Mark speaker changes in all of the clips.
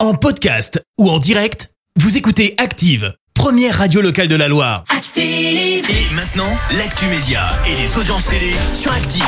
Speaker 1: En podcast ou en direct, vous écoutez Active, première radio locale de la Loire.
Speaker 2: Active,
Speaker 1: Et maintenant, l'actu média et les audiences télé sur Active.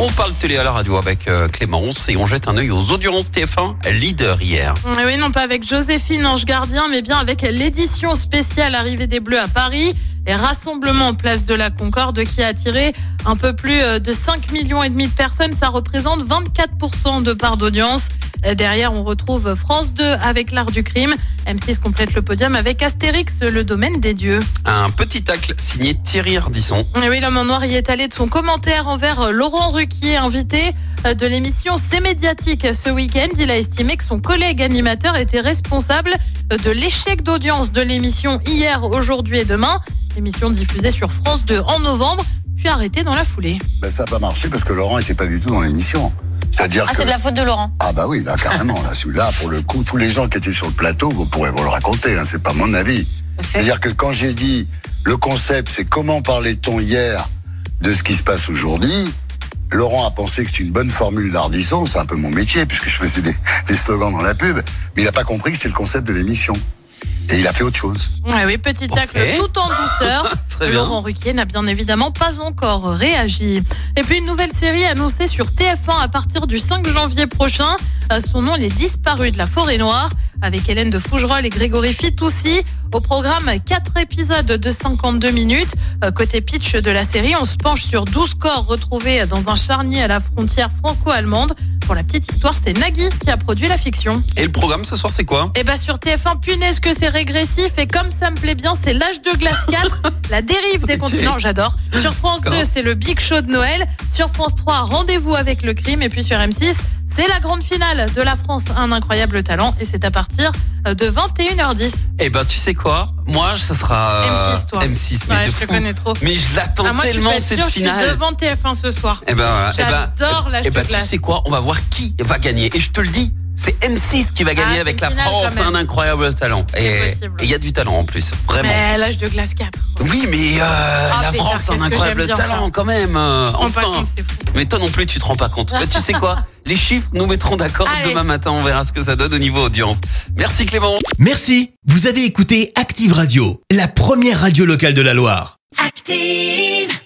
Speaker 3: On parle télé à la radio avec euh, Clémence et on jette un œil aux audiences TF1 leader hier.
Speaker 4: Eh Oui, non pas avec Joséphine Ange Gardien, mais bien avec l'édition spéciale Arrivée des Bleus à Paris et rassemblement en place de la Concorde qui a attiré un peu plus euh, de 5 millions et demi de personnes. Ça représente 24% de part d'audience. Euh, Derrière, on retrouve France 2 avec l'art du crime. M6 complète le podium avec Astérix, le domaine des dieux.
Speaker 3: Un petit tacle signé Thierry Ardisson.
Speaker 4: Et Eh oui, l'homme en noir y est allé de son commentaire envers euh, Laurent Ruquier, invité euh, de l'émission C'est médiatique ce week-end. Il a estimé que son collègue animateur était responsable euh, de l'échec d'audience de l'émission hier, aujourd'hui et demain. Émission diffusée sur France 2 en novembre, puis arrêtée dans la foulée.
Speaker 5: Ben, ça n'a pas marché parce que Laurent était pas du tout dans l'émission. C'est-à-dire
Speaker 2: Ah,
Speaker 5: que.
Speaker 2: c'est de la faute de Laurent.
Speaker 5: Ah, bah oui, là, carrément. Là, celui-là, pour le coup, tous les gens qui étaient sur le plateau, vous pourrez vous le raconter, hein, c'est pas mon avis. C'est-à-dire que quand j'ai dit le concept, c'est comment parlait-on hier de ce qui se passe aujourd'hui, Laurent a pensé que c'est une bonne formule d'Ardisson, c'est un peu mon métier, puisque je faisais des, des slogans dans la pub, mais il n'a pas compris que c'est le concept de l'émission. Et il a fait autre chose.
Speaker 4: Ouais, Eh oui, petit tacle
Speaker 3: Ok.
Speaker 4: tout en douceur.
Speaker 3: Très bien.
Speaker 4: Laurent Ruquier n'a bien évidemment pas encore réagi. Et puis une nouvelle série annoncée sur TF1 à partir du 5 janvier prochain. Euh, Son nom Les Disparus de la Forêt Noire, avec Hélène de Fougerolles et Grégory Fitoussi. Au programme, 4 épisodes de 52 minutes. Euh, Côté pitch de la série, on se penche sur 12 corps retrouvés dans un charnier à la frontière franco-allemande. Pour la petite histoire, c'est Nagui qui a produit la fiction.
Speaker 3: Et le programme ce soir c'est quoi
Speaker 4: Eh ben sur TF1, punaise que c'est régressif et comme ça me plaît bien, c'est l'âge de glace 4, la dérive des
Speaker 3: Ok.
Speaker 4: continents, j'adore. Sur France 2,
Speaker 3: D'accord.
Speaker 4: c'est le Big Show de Noël. Sur France 3, rendez-vous avec le crime. Et puis sur M6, c'est la grande finale de la France, un incroyable talent. Et c'est à partir euh, de 21h10.
Speaker 3: Eh ben tu sais quoi Moi ce sera euh,
Speaker 4: M6, toi.
Speaker 3: M6 mais
Speaker 4: Ouais,
Speaker 3: de
Speaker 4: je te
Speaker 3: fou.
Speaker 4: connais trop.
Speaker 3: Mais je l'attends
Speaker 4: Ah, moi, tu peux
Speaker 3: tellement
Speaker 4: être
Speaker 3: cette
Speaker 4: sûr, je suis
Speaker 3: finale.
Speaker 4: devant TF1 ce soir.
Speaker 3: Eh ben voilà, eh ben
Speaker 4: J'adore l'âge
Speaker 3: eh
Speaker 4: de
Speaker 3: ben tu
Speaker 4: glace.
Speaker 3: sais quoi On va voir qui va gagner et je te le dis. C'est M6 qui va gagner
Speaker 4: Ah, c'est
Speaker 3: avec
Speaker 4: une
Speaker 3: la
Speaker 4: finale, quand
Speaker 3: France, un
Speaker 4: même.
Speaker 3: incroyable talent.
Speaker 4: C'est
Speaker 3: Et et
Speaker 4: possible.
Speaker 3: il y a du talent en plus, vraiment.
Speaker 4: Mais Eh, l'âge de glace 4.
Speaker 3: Oui, mais euh, la
Speaker 4: pétard,
Speaker 3: France,
Speaker 4: qu'est-ce
Speaker 3: un
Speaker 4: que
Speaker 3: incroyable
Speaker 4: j'aime bien
Speaker 3: talent
Speaker 4: ça.
Speaker 3: quand même. euh,
Speaker 4: On pas
Speaker 3: enfin.
Speaker 4: compte, c'est fou.
Speaker 3: Mais toi non plus, tu te rends pas compte. Mais tu sais quoi Les chiffres nous mettrons d'accord
Speaker 4: Allez.
Speaker 3: demain matin. On verra ce que ça donne au niveau audience. Merci Clément.
Speaker 1: Merci, vous avez écouté Active Radio, la première radio locale de la Loire.
Speaker 2: active.